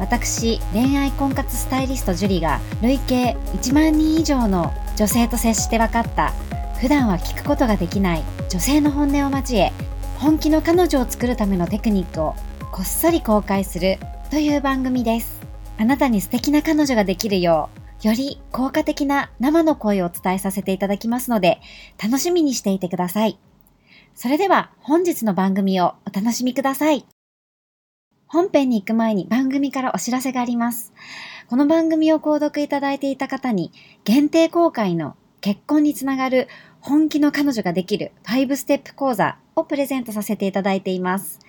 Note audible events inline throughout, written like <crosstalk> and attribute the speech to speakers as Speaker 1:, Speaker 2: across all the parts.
Speaker 1: 私恋愛婚活スタイリストジュリが累計1万人以上の女性と接して分かった普段は聞くことができない女性の本音を交え本気の彼女を作るためのテクニックをこっそり公開するという番組ですあなたに素敵な彼女ができるようより効果的な生の声をお伝えさせていただきますので楽しみにしていてくださいそれでは本日の番組をお楽しみください本編に行く前に番組からお知らせがあります。この番組を購読いただいていた方に、限定公開の結婚につながる本気の彼女ができる5ステップ講座をプレゼントさせていただいています。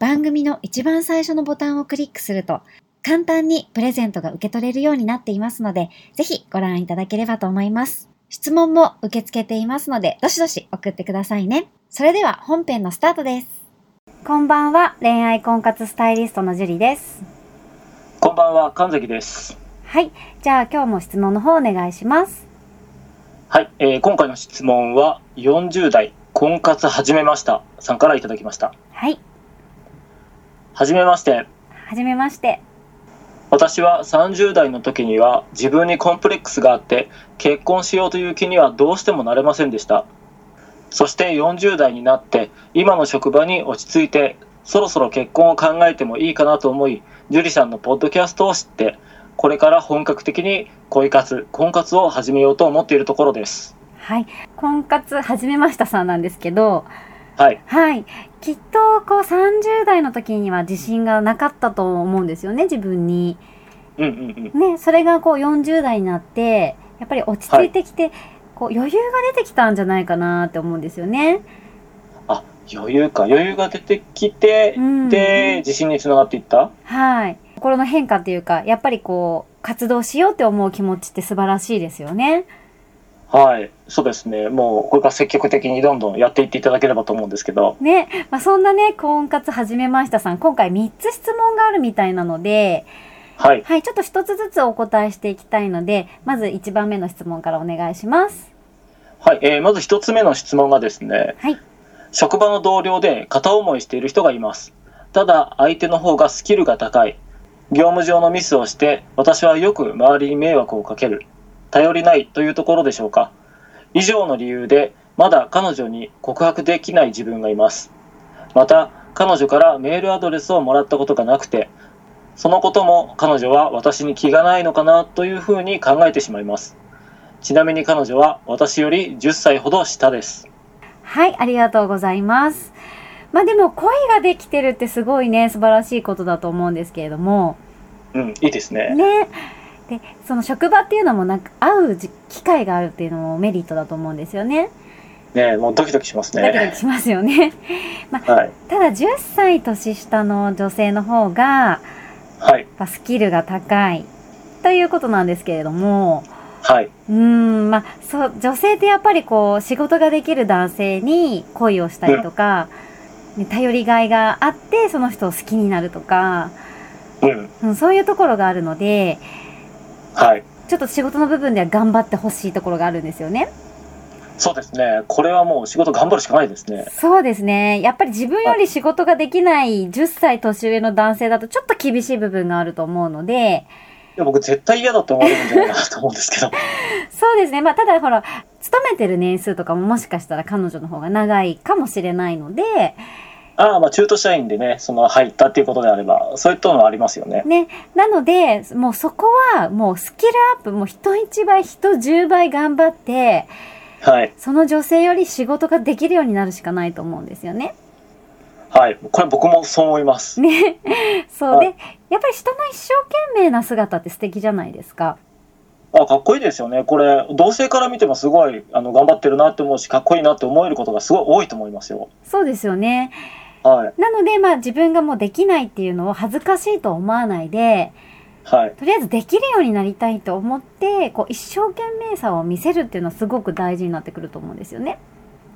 Speaker 1: 番組の一番最初のボタンをクリックすると、簡単にプレゼントが受け取れるようになっていますので、ぜひご覧いただければと思います。質問も受け付けていますので、どしどし送ってくださいね。それでは本編のスタートです。こんばんは、恋愛婚活スタイリストのジュリです。
Speaker 2: こんばんは、神崎です。
Speaker 1: はい、じゃあ今日も質問の方お願いします。
Speaker 2: はい、えー今回の質問は40代婚活始めましたさんからいただきました。
Speaker 1: はい、
Speaker 2: はじめまして。
Speaker 1: はじめまして。
Speaker 2: 私は30代の時には自分にコンプレックスがあって結婚しようという気にはどうしてもなれませんでした。そして40代になって今の職場に落ち着いてそろそろ結婚を考えてもいいかなと思い、樹里さんのポッドキャストを知ってこれから本格的に恋活、婚活を始めようと思っているところです。
Speaker 1: はい、婚活始めましたさんなんですけど、
Speaker 2: はい、
Speaker 1: はい、きっとこう30代の時には自信がなかったと思うんですよね、自分に。
Speaker 2: うんうんうん。
Speaker 1: ね、それがこう40代になって、やっぱり落ち着いてきて、こう余裕が出てきたんじゃないかなって思うんですよね。
Speaker 2: あ余裕か余裕が出てきて、
Speaker 1: うん
Speaker 2: で自信につながっていった
Speaker 1: はい。心の変化っていうか、やっぱりこう、活動しようって思う気持ちって素晴らしいですよね。
Speaker 2: はいそうですねもうこれから積極的にどんどんやっていっていただければと思うんですけど
Speaker 1: ね、まあ、そんなね、婚活始めましたさん、今回3つ質問があるみたいなので、
Speaker 2: はい
Speaker 1: はい、ちょっと1つずつお答えしていきたいので、まず1番目の質問からお願いします。
Speaker 2: はい、えーまず一つ目の質問がですね、
Speaker 1: はい
Speaker 2: 職場の同僚で片思いしている人がいますただ相手の方がスキルが高い業務上のミスをして私はよく周りに迷惑をかける頼りないというところでしょうか以上の理由でまだ彼女に告白できない自分がいますまた彼女からメールアドレスをもらったことがなくてそのことも彼女は私に気がないのかなというふうに考えてしまいますちなみに彼女は私より10歳ほど下です。
Speaker 1: はい、ありがとうございます。まあでも恋ができてるってすごいね、素晴らしいことだと思うんですけれども、
Speaker 2: うん、いいですね。
Speaker 1: ね、で、その職場っていうのもなんか会うじ機会があるっていうのもメリットだと思うんですよね。
Speaker 2: ねえもうドキドキします
Speaker 1: だけど
Speaker 2: ね。
Speaker 1: しますよね。 <laughs>
Speaker 2: はい。
Speaker 1: ただ10歳年下の女性の方が、
Speaker 2: はい。
Speaker 1: やっぱスキルが高いということなんですけれども
Speaker 2: はい。
Speaker 1: うーんまあそう女性ってやっぱりこう仕事ができる男性に恋をしたりとか、ね頼りがいがあってその人を好きになるとか、
Speaker 2: うん。
Speaker 1: うん、そういうところがあるので
Speaker 2: はい。
Speaker 1: ちょっと仕事の部分では頑張ってほしいところがあるんですよね。
Speaker 2: そうですね。これはもう仕事頑張るしかないですね。
Speaker 1: そうですねやっぱり自分より仕事ができない10歳年上の男性だとちょっと厳しい部分があると思うので。
Speaker 2: いや、僕絶対嫌だと思われるんじゃないかなと思うんですけ <laughs> ど。
Speaker 1: そうですね。まあ、ただほら、勤めてる年数とかももしかしたら彼女の方が長いかもしれないので、
Speaker 2: ああ、まあ中途社員でね、その入ったっていうことであれば、そういったのはありますよね。
Speaker 1: ね。なので、もうそこは、もうスキルアップ、もう人一倍、人10倍頑張って、
Speaker 2: はい。
Speaker 1: その女性より仕事ができるようになるしかないと思うんですよね。
Speaker 2: はい。これ僕もそう思います。
Speaker 1: ね。そう
Speaker 2: は
Speaker 1: で、やっぱり人の一生懸命な姿って素敵じゃないですか。
Speaker 2: あかっこいいですよね。これ、同性から見てもすごい、あの、頑張ってるなって思うし、かっこいいなって思えることがすごい多いと思いますよ。
Speaker 1: そうですよね。
Speaker 2: はい。
Speaker 1: なので、まあ自分がもうできないっていうのを恥ずかしいと思わないで、
Speaker 2: はい。
Speaker 1: とりあえずできるようになりたいと思って、こう一生懸命さを見せるっていうのはすごく大事になってくると思うんですよね。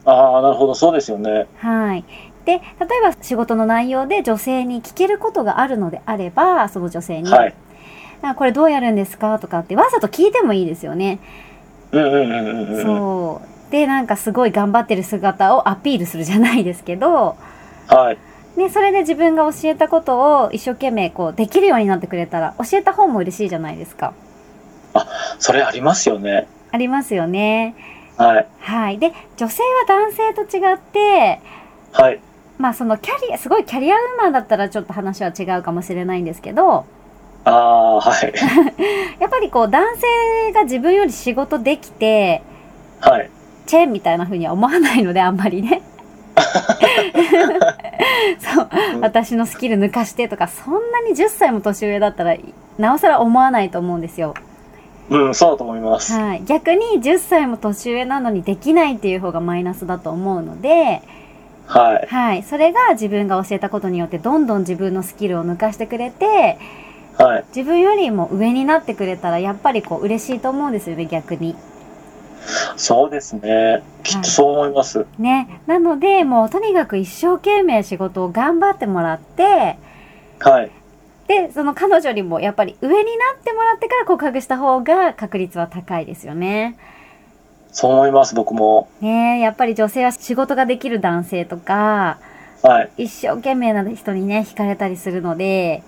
Speaker 2: ああ、なるほど、そうですよね。
Speaker 1: はい。で、例えば仕事の内容で女性に聞けることがあるのであれば、その女性に、
Speaker 2: はい。
Speaker 1: あこれどうやるんですかとかってわざと聞いてもいいですよね。
Speaker 2: うんうんうんうんうん。
Speaker 1: そう。で、なんかすごい頑張ってる姿をアピールするじゃないですけど、
Speaker 2: はい。
Speaker 1: ね、それで自分が教えたことを一生懸命こうできるようになってくれたら、教えた方も嬉しいじゃないですか。
Speaker 2: それありますよね。
Speaker 1: ありますよね。
Speaker 2: はい。
Speaker 1: はい。で、女性は男性と違って、
Speaker 2: はい。
Speaker 1: まあそのキャリア、すごいキャリアウーマンだったらちょっと話は違うかもしれないんですけど、
Speaker 2: ああ、はい。
Speaker 1: やっぱりこう男性が自分より仕事できて、
Speaker 2: <laughs> はい。
Speaker 1: チェーンみたいな風には思わないので、あんまりね。そう。私のスキル抜かしてとか、そんなに10歳も年上だったら、なおさら思わないと思うんですよ。
Speaker 2: うん、そうだと思います。
Speaker 1: はい。逆に10歳も年上なのにできないっていう方がマイナスだと思うので、
Speaker 2: はい。
Speaker 1: はい。それが自分が教えたことによって、どんどん自分のスキルを抜かしてくれて、
Speaker 2: はい。
Speaker 1: 自分よりも上になってくれたら、やっぱりこう、嬉しいと思うんですよね、逆に。
Speaker 2: そうですね。きっとそう思います。
Speaker 1: ね。なので、もうとにかく一生懸命仕事を頑張ってもらって、
Speaker 2: はい。
Speaker 1: で、その彼女にもやっぱり上になってもらってから告白した方が確率は高いですよね。
Speaker 2: そう思います、僕も。
Speaker 1: ねえやっぱり女性は仕事ができる男性とか、
Speaker 2: はい。
Speaker 1: 一生懸命な人にね、惹かれたりするので、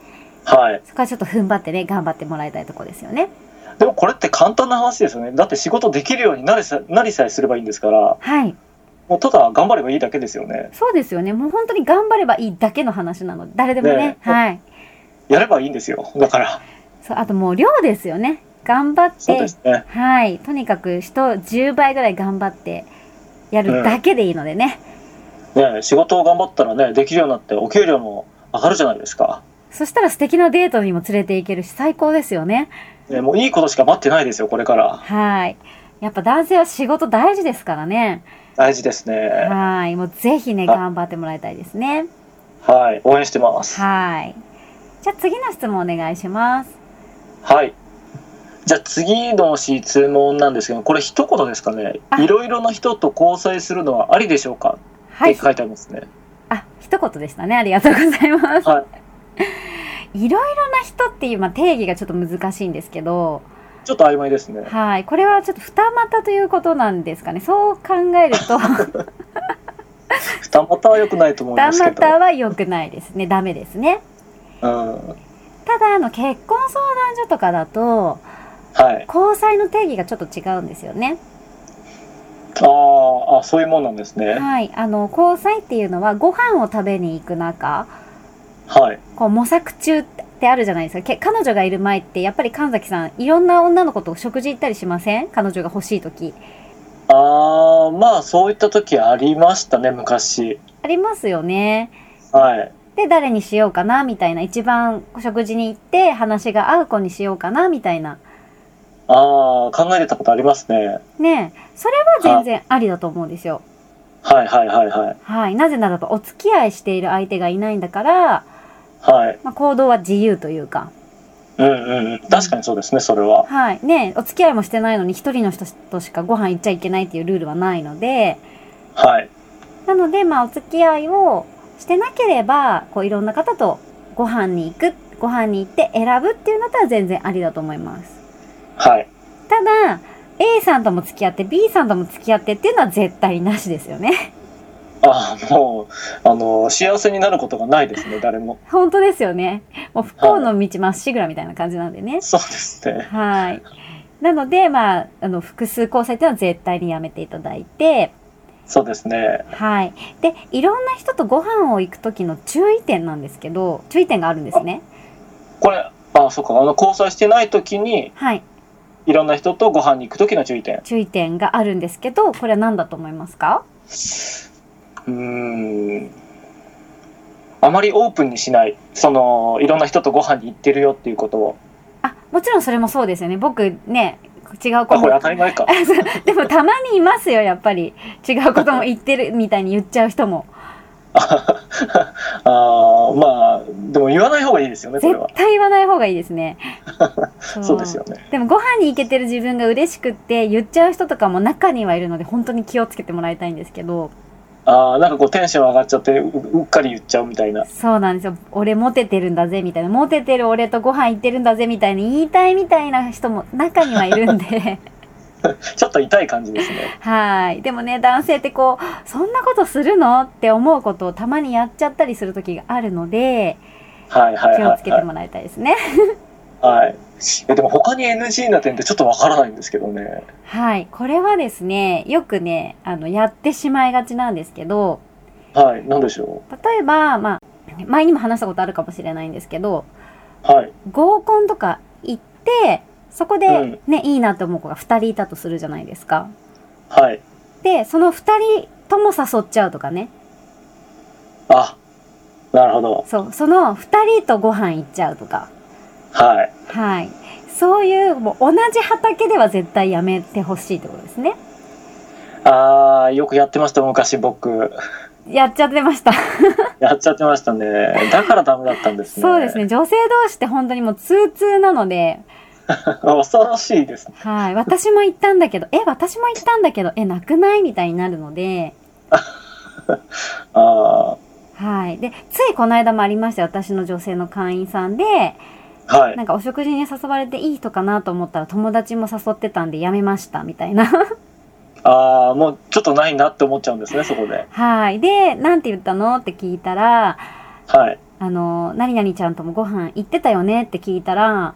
Speaker 2: はい。
Speaker 1: そこはちょっと踏ん張ってね、頑張ってもらいたいとこですよね。
Speaker 2: でもこれって簡単な話ですよね。だって仕事できるようになりさなりさえすればいいんですから、
Speaker 1: はい。
Speaker 2: もうただ頑張ればいいだけですよね。
Speaker 1: そうですよね。もう本当に頑張ればいいだけの話なので、誰でもね。
Speaker 2: ねえ
Speaker 1: はい。
Speaker 2: やればいいんですよ。だから、
Speaker 1: そう、あともう量ですよね。頑張っ
Speaker 2: そう
Speaker 1: て
Speaker 2: で、すね。
Speaker 1: はい。とにかく人10倍ぐらい頑張ってやるだけでいいのでね。
Speaker 2: ね仕事を頑張ったらね、できるようになってお給料も上がるじゃないですか。
Speaker 1: そしたら素敵なデートにも連れて行けるし最高ですよね。
Speaker 2: ね、もういいことしか待ってないですよ、これから。
Speaker 1: はい。やっぱ男性は仕事大事ですからね。
Speaker 2: 大事ですね。
Speaker 1: はい。もうぜひね、
Speaker 2: はい
Speaker 1: 頑張ってもらいたいですね。
Speaker 2: はい。応援してます。
Speaker 1: はい。じゃあ次の質問お願いします。
Speaker 2: はい。じゃあ次の質問なんですけど、これ一言ですかね
Speaker 1: あ。
Speaker 2: いろいろな人と交際するのはありでしょうかっ
Speaker 1: は
Speaker 2: て
Speaker 1: い。
Speaker 2: 書いてありますね。
Speaker 1: あ、一言でしたね。ありがとうございます。。
Speaker 2: はい
Speaker 1: ろいろな人っていう、まあ、定義がちょっと難しいんですけど、
Speaker 2: ちょっと曖昧ですね。
Speaker 1: はい。これはちょっと二股ということなんですかね。そう考える
Speaker 2: <laughs>
Speaker 1: と、
Speaker 2: 二股は良くないと思い
Speaker 1: 二
Speaker 2: ますけど。
Speaker 1: 股は良くないですね。ダメですね。
Speaker 2: うん。は
Speaker 1: ただ、あの、結婚相談所とかだと、
Speaker 2: い。
Speaker 1: 交際の定義がちょっと違うんですよね。
Speaker 2: あーあ、そういうもんなんですね。
Speaker 1: はい。あの、交際っていうのは、ご飯を食べに行く中、
Speaker 2: はい。
Speaker 1: こう、模索中ってあるじゃないですか。け彼女がいる前って、やっぱり神崎さん、いろんな女の子と食事行ったりしません彼女が欲しい時。
Speaker 2: ああ、まあそういった時ありましたね、昔。
Speaker 1: ありますよね。
Speaker 2: はい。
Speaker 1: で、誰にしようかな、みたいな。一番食事に行って、話が合う子にしようかな、みたいな。
Speaker 2: ああ、考えてたことありますね。
Speaker 1: ねえ。それは全然ありだと思うんですよ。
Speaker 2: はいはいはいはい。
Speaker 1: はい。なぜならば、お付き合いしている相手がいないんだから、
Speaker 2: はい。
Speaker 1: まあ、行動は自由というか。
Speaker 2: うんうんうん。確かにそうですね、それは。
Speaker 1: はい。ねお付き合いもしてないのに一人の人としかご飯行っちゃいけないっていうルールはないので、
Speaker 2: はい。
Speaker 1: なので、まあ、お付き合いをしてなければ、こう、いろんな方とご飯に行く、ご飯に行って選ぶっていうのとは全然ありだと思います。
Speaker 2: はい。
Speaker 1: ただ、A さんとも付き合って、B さんとも付き合ってっていうのは絶対なしですよね。 <laughs>
Speaker 2: ああ、もう、あの、幸せになることがないですね、誰も。 <laughs>
Speaker 1: 本当ですよね。もう不幸の道まっしぐらみたいな感じなんでね。
Speaker 2: そうですね。
Speaker 1: はい。なので、まあ、あの、複数交際っていうのは絶対にやめていただいて、
Speaker 2: そうですね。
Speaker 1: はい。で、いろんな人とご飯を行く時の注意点なんですけど、注意点があるんですね。
Speaker 2: これ、ああ、そうか、あの、交際してない時に、
Speaker 1: はい。
Speaker 2: いろんな人とご飯に行く時の注意点。
Speaker 1: 注意点があるんですけど、これは何だと思いますか
Speaker 2: うーんあまりオープンにしないそのいろんな人とご飯に行ってるよっていうことを
Speaker 1: あ、もちろんそれもそうですよね。僕ね、違う子
Speaker 2: あこ
Speaker 1: も <laughs>
Speaker 2: れ。当たり前か <laughs>
Speaker 1: でもたまにいますよ、やっぱり。違うことも言ってるみたいに言っちゃう人も。
Speaker 2: ああ、まあ、でも言わない方がいいですよね、これ
Speaker 1: 絶
Speaker 2: は。
Speaker 1: 対言わない方がいいですねそう
Speaker 2: <laughs> そうですよね。
Speaker 1: でもご飯に行けてる自分が嬉しくって言っちゃう人とかも中にはいるので本当に気をつけてもらいたいんですけど
Speaker 2: ああ、なんかこうテンション上がっちゃって、ううっかり言っちゃうみたいな。
Speaker 1: そうなんですよ俺モテてるんだぜみたいなモテてる俺とご飯行ってるんだぜみたいに言いたいみたいな人も中にはいるんで
Speaker 2: ちょっと痛い感じですね。
Speaker 1: はいでもね男性ってこうそんなことするのって思うことをたまにやっちゃったりする時があるので
Speaker 2: はいはい
Speaker 1: 気を
Speaker 2: は
Speaker 1: つ
Speaker 2: い、
Speaker 1: けて
Speaker 2: はい。
Speaker 1: もらいたいですね
Speaker 2: はい、えでも他に NG な点ってちょっとわからないんですけどね。
Speaker 1: はいこれはですねよくねあのやってしまいがちなんですけど
Speaker 2: はい、なんでしょ
Speaker 1: 例えば、まあ、前にも話したことあるかもしれないんですけど
Speaker 2: う。はい。
Speaker 1: 合コンとか行ってそこ
Speaker 2: う
Speaker 1: で
Speaker 2: ん、
Speaker 1: ねいいなって思う子が2人いたとするじゃないですか。
Speaker 2: はい。
Speaker 1: でその2人とも誘っちゃうとかね
Speaker 2: あ、なるほど。
Speaker 1: そうその2人とご飯行っちゃうとか
Speaker 2: はい。
Speaker 1: はいそういうもう同じ畑では絶対やめてほしいってことですね。
Speaker 2: ああ、よくやってました、昔僕。 <laughs>
Speaker 1: やっちゃってました。
Speaker 2: やっちゃってましたね。だからダメだったんですね。
Speaker 1: そうですね。。女性同士って本当にもう通通なので、
Speaker 2: <laughs> 恐ろしいですね。
Speaker 1: はい。私も行ったんだけど、え、私も行ったんだけど、え、なくないみたいになるので、
Speaker 2: あ
Speaker 1: はい。で、ついこの間もありましたよ私の女性の会員さんで、
Speaker 2: あ、はい。
Speaker 1: なんかお食事に誘われていい人かなと思ったら友達も誘ってたんでやめました、みたいな。 <laughs>
Speaker 2: ああ、もうちょっとないなって思っちゃうんですね、そこで。
Speaker 1: はい。で、なんて言ったのって聞いたら、
Speaker 2: はい。
Speaker 1: あの、何々ちゃんともご飯行ってたよねって聞いたら、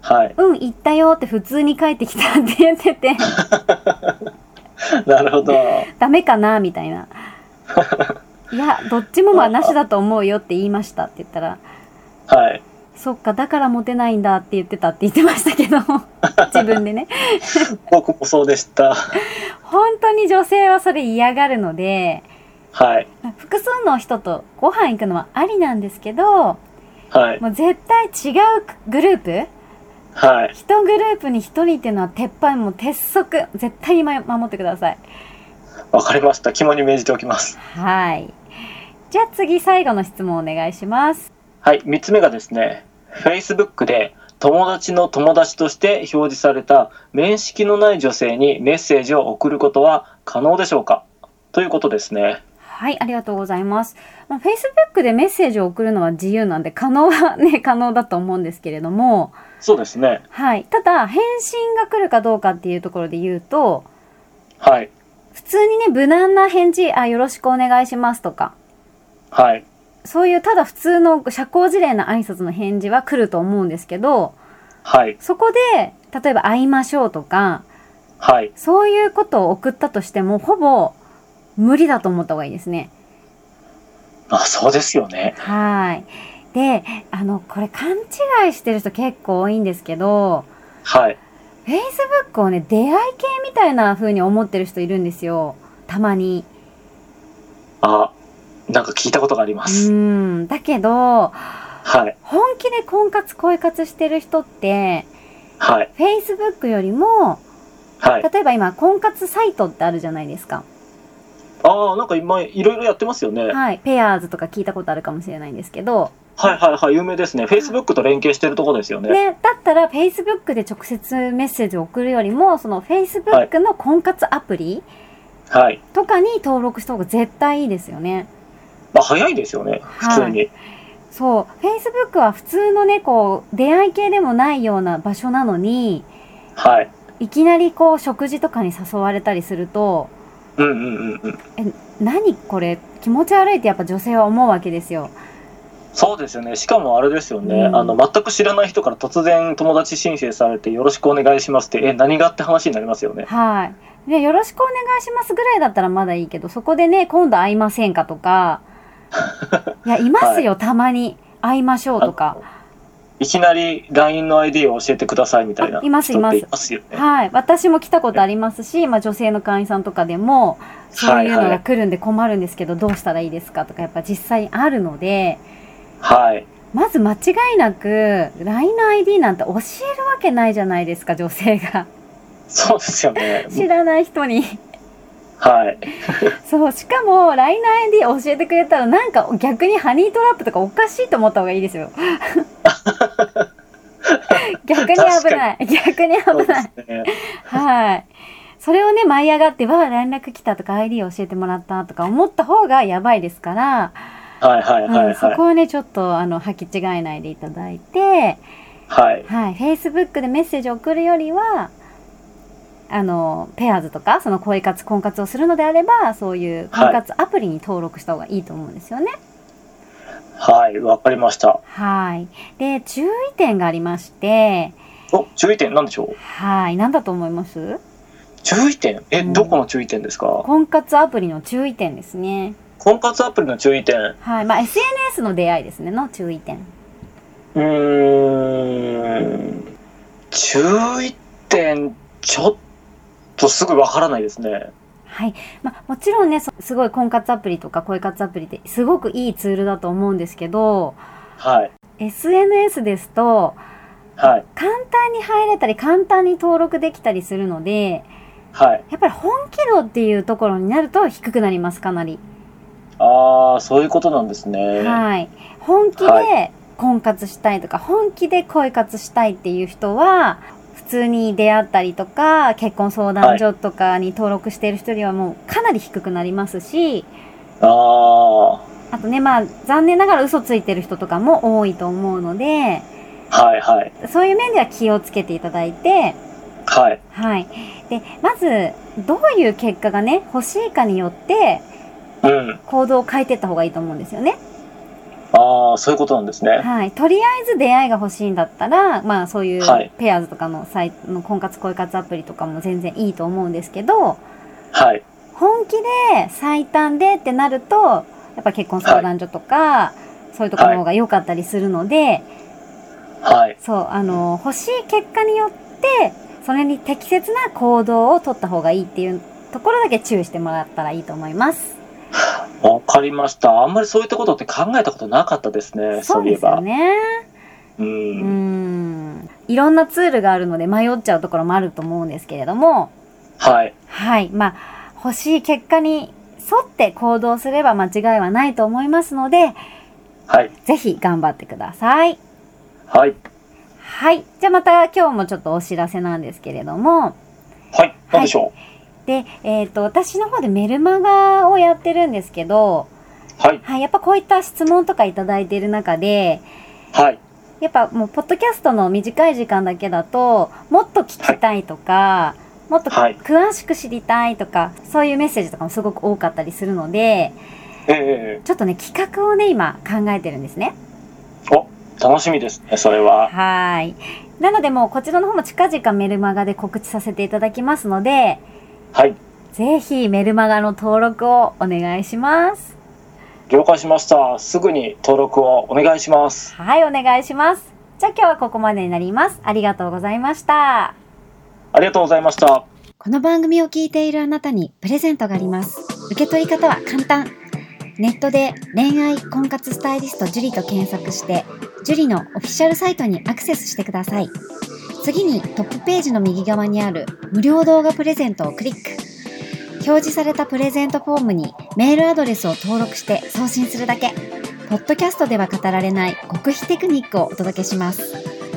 Speaker 2: はい。 <laughs>
Speaker 1: うん、行ったよって普通に帰ってきたって言ってて、
Speaker 2: なるほど。
Speaker 1: ダメかなみたいな。いや、どっちもはなしだと思うよって言いましたって言ったら、
Speaker 2: はい。
Speaker 1: そっか、だからモテないんだって言ってたって言ってましたけど、自分でね。
Speaker 2: 僕もそうでした。
Speaker 1: 本当に女性はそれ嫌がるので、
Speaker 2: はい。
Speaker 1: 複数の人とご飯行くのはありなんですけど、
Speaker 2: はい。
Speaker 1: もう絶対違うグループ、
Speaker 2: はい。
Speaker 1: 一グループに一人っていうのは鉄板、もう鉄則、絶対に守ってください。
Speaker 2: わかりました。肝に銘じておきます。
Speaker 1: はい。じゃあ次最後の質問お願いします。
Speaker 2: はい。三つ目がですね、Facebook で友達の友達として表示された面識のない女性にメッセージを送ることは可能でしょうかということですね。
Speaker 1: はい、ありがとうございます。まあ、Facebook でメッセージを送るのは自由なんで、可能はね、 <laughs> 可能だと思うんですけれども、
Speaker 2: そうですね。
Speaker 1: はい。ただ、返信が来るかどうかっていうところで言うと、
Speaker 2: はい。
Speaker 1: 普通にね、無難な返事、あ、よろしくお願いしますとか、
Speaker 2: はい。
Speaker 1: そういうただ普通の社交辞令な挨拶の返事は来ると思うんですけど、
Speaker 2: はい。
Speaker 1: そこで、例えば会いましょうとか、
Speaker 2: はい。
Speaker 1: そういうことを送ったとしても、ほぼ無理だと思った方がいいですね。
Speaker 2: まあ、そうですよね。
Speaker 1: はい。で、あの、これ勘違いしてる人結構多いんですけど、
Speaker 2: はい。
Speaker 1: Facebook をね、出会い系みたいな風に思ってる人いるんですよ。たまに。
Speaker 2: あ、なんか聞いたことがありま
Speaker 1: う
Speaker 2: す。
Speaker 1: ーん。だけど、
Speaker 2: はい。
Speaker 1: 本気で婚活、恋活してる人って、
Speaker 2: はい。
Speaker 1: Facebook よりも、
Speaker 2: はい。
Speaker 1: 例えば今、婚活サイトってあるじゃないですか。
Speaker 2: ああ、なんか今、いろいろやってますよね。はい
Speaker 1: はい。ペアーズとか聞いたことあるかもしれないんですけど、
Speaker 2: はいはい。有名ですね。Facebook と連携してるとこですよね。
Speaker 1: ね、だったら Facebook で直接メッセージを送るよりも、その Facebook の婚活アプリ
Speaker 2: はい。
Speaker 1: とかに登録した方が絶対いいですよね。
Speaker 2: まあ、早いですよね。普通に。
Speaker 1: そう。Facebook は普通のね、こう、出会い系でもないような場所なのに、
Speaker 2: はい。
Speaker 1: いきなりこう、食事とかに誘われたりすると、
Speaker 2: うんうんうんうん。
Speaker 1: 何これ、気持ち悪いってやっぱ女性は思うわけですよ。
Speaker 2: そうですよね。しかもあれですよね。
Speaker 1: うん
Speaker 2: あの、全く知らない人から突然友達申請されて、よろしくお願いしますって、え、何がって話になりますよね。
Speaker 1: はい。で、よろしくお願いしますぐらいだったらまだいいけど、そこでね、今度会いませんかとか、いや、いますよ、たまに。会いましょうとか。
Speaker 2: いきなり LINE の ID を教えてくださいみたいな
Speaker 1: あいます
Speaker 2: 人って
Speaker 1: い
Speaker 2: いますよね。
Speaker 1: はい。私も来たことありますし、まあ女性の会員さんとかでも、そういうのが来るんで困るんですけど、どうしたらいいですかとか、やっぱ実際あるので、
Speaker 2: はい。
Speaker 1: まず間違いなく、LINE の ID なんて教えるわけないじゃないですか、女性が。
Speaker 2: そうですよね。
Speaker 1: 知らない人に。
Speaker 2: はい。
Speaker 1: <laughs> そうしかも LINEID 教えてくれたらなんか逆にハニートラップとかおかしいと思った方がいいですよ逆に危ない逆に
Speaker 2: そう
Speaker 1: 危
Speaker 2: で
Speaker 1: ない
Speaker 2: すね。
Speaker 1: はいそれをね舞い上がってわあ連絡来たとか ID 教えてもらったとか思った方がやばいですから、
Speaker 2: はいはいは
Speaker 1: う
Speaker 2: い
Speaker 1: ん、そ
Speaker 2: はい。
Speaker 1: こはねちょっとあの履き違えないでいただいて
Speaker 2: はい。
Speaker 1: はい、Facebook でメッセージを送るよりはあのペアーズとかその恋活婚活をするのであればそういう婚活アプリに登録した方がいいと思うんですよね。
Speaker 2: はい。わかりました。
Speaker 1: はいで注意点がありまして
Speaker 2: お、注意点なんでしょう
Speaker 1: はい何だと思います
Speaker 2: 注意点え、
Speaker 1: うん
Speaker 2: どこの注意点ですか
Speaker 1: 婚活アプリの注意点ですね。
Speaker 2: 婚活アプリの注意点。
Speaker 1: はいまあ、SNS の出会いですねの注意点。
Speaker 2: うーん。注意点、ちょっとすぐわからないですね。
Speaker 1: はいまあ、もちろんねそすごい婚活アプリとか恋活アプリってすごくいいツールだと思うんですけど
Speaker 2: はい。
Speaker 1: SNS ですと
Speaker 2: はい。
Speaker 1: 簡単に入れたり簡単に登録できたりするので
Speaker 2: はい。
Speaker 1: やっぱり本気度っていうところになると低くなりますかなり、
Speaker 2: ああ、そういうことなんですね。
Speaker 1: はい本気
Speaker 2: は
Speaker 1: で婚活したいとか本気で恋活したいっていう人は普通に出会ったりとか結婚相談所とかに登録している人よりはもうかなり低くなりますし
Speaker 2: あ
Speaker 1: あとねまあ残念ながら嘘ついてる人とかも多いと思うので
Speaker 2: あ、はいはい。
Speaker 1: そういう面では気をつけていただいて
Speaker 2: はい。
Speaker 1: はい、でまずどういう結果がね欲しいかによって
Speaker 2: うん。
Speaker 1: 行動を変えていった方がいいと思うんですよね。
Speaker 2: ああ、そういうことなんですね。
Speaker 1: はい、とりあえず出会いが欲しいんだったら、まあ、そうい
Speaker 2: はいう
Speaker 1: ペアーズとかのサイトの婚活恋活アプリとかも全然いいと思うんですけど
Speaker 2: はい。
Speaker 1: 本気で最短でってなるとやっぱ結婚相談所とか、そういうところの方が良かったりするので、
Speaker 2: はい。
Speaker 1: そうあの欲しい結果によってそれに適切な行動を取った方がいいっていうところだけ注意してもらったらいいと思います。
Speaker 2: わかりました。あんまりそういったことって考えたことなかったですね。
Speaker 1: そ
Speaker 2: そうういえ
Speaker 1: ですよ
Speaker 2: ば。
Speaker 1: ね。
Speaker 2: う。
Speaker 1: うんん。いろんなツールがあるので迷っちゃうところもあると思うんですけれども、
Speaker 2: はい。
Speaker 1: はい。まあ、欲しい結果に沿って行動すれば間違いはないと思いますので、
Speaker 2: はい。
Speaker 1: ぜひ頑張ってください。
Speaker 2: はい。
Speaker 1: はい。じゃあまた今日もちょっとお知らせなんですけれども、
Speaker 2: はい。なんでしょ
Speaker 1: で、えっ、と、私の方でメルマガをやってるんですけど、
Speaker 2: う。はい。
Speaker 1: はい、やっぱこういった質問とかいただいてる中で、
Speaker 2: はい。
Speaker 1: やっぱもう、ポッドキャストの短い時間だけだと、もっと聞きたいとか、もっと
Speaker 2: はい
Speaker 1: 詳しく知りたいとか、そういうメッセージとかもすごく多かったりするので、
Speaker 2: ええ
Speaker 1: ちょっとね、企画をね、今考えてるんですね。
Speaker 2: 楽しみですね、それは。
Speaker 1: はい。なのでもう、こちらの方も近々メルマガで告知させていただきますので、
Speaker 2: はい。
Speaker 1: ぜひメルマガの登録をお願いします。
Speaker 2: 了解しました。すぐに登録をお願いします。
Speaker 1: はい、お願いします。じゃあ今日はここまでになります。ありがとうございました。
Speaker 2: ありがとうございました。
Speaker 1: この番組を聞いているあなたにプレゼントがあります。受け取り方は簡単。ネットで恋愛婚活スタイリスト樹と検索して、樹のオフィシャルサイトにアクセスしてください。次にトップページの右側にある無料動画プレゼントをクリック。表示されたプレゼントフォームにメールアドレスを登録して送信するだけ。ポッドキャストでは語られない極秘テクニックをお届けします。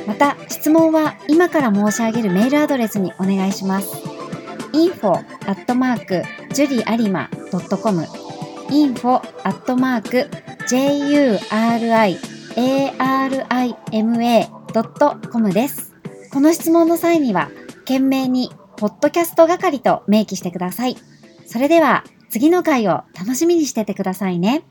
Speaker 1: また、質問は今から申し上げるメールアドレスにお願いします。info アットマーク juriarima.com info アットマーク juriarima.com です。この質問の際には、懸命に、ポッドキャスト係と明記してください。それでは、次の回を楽しみにしててくださいね。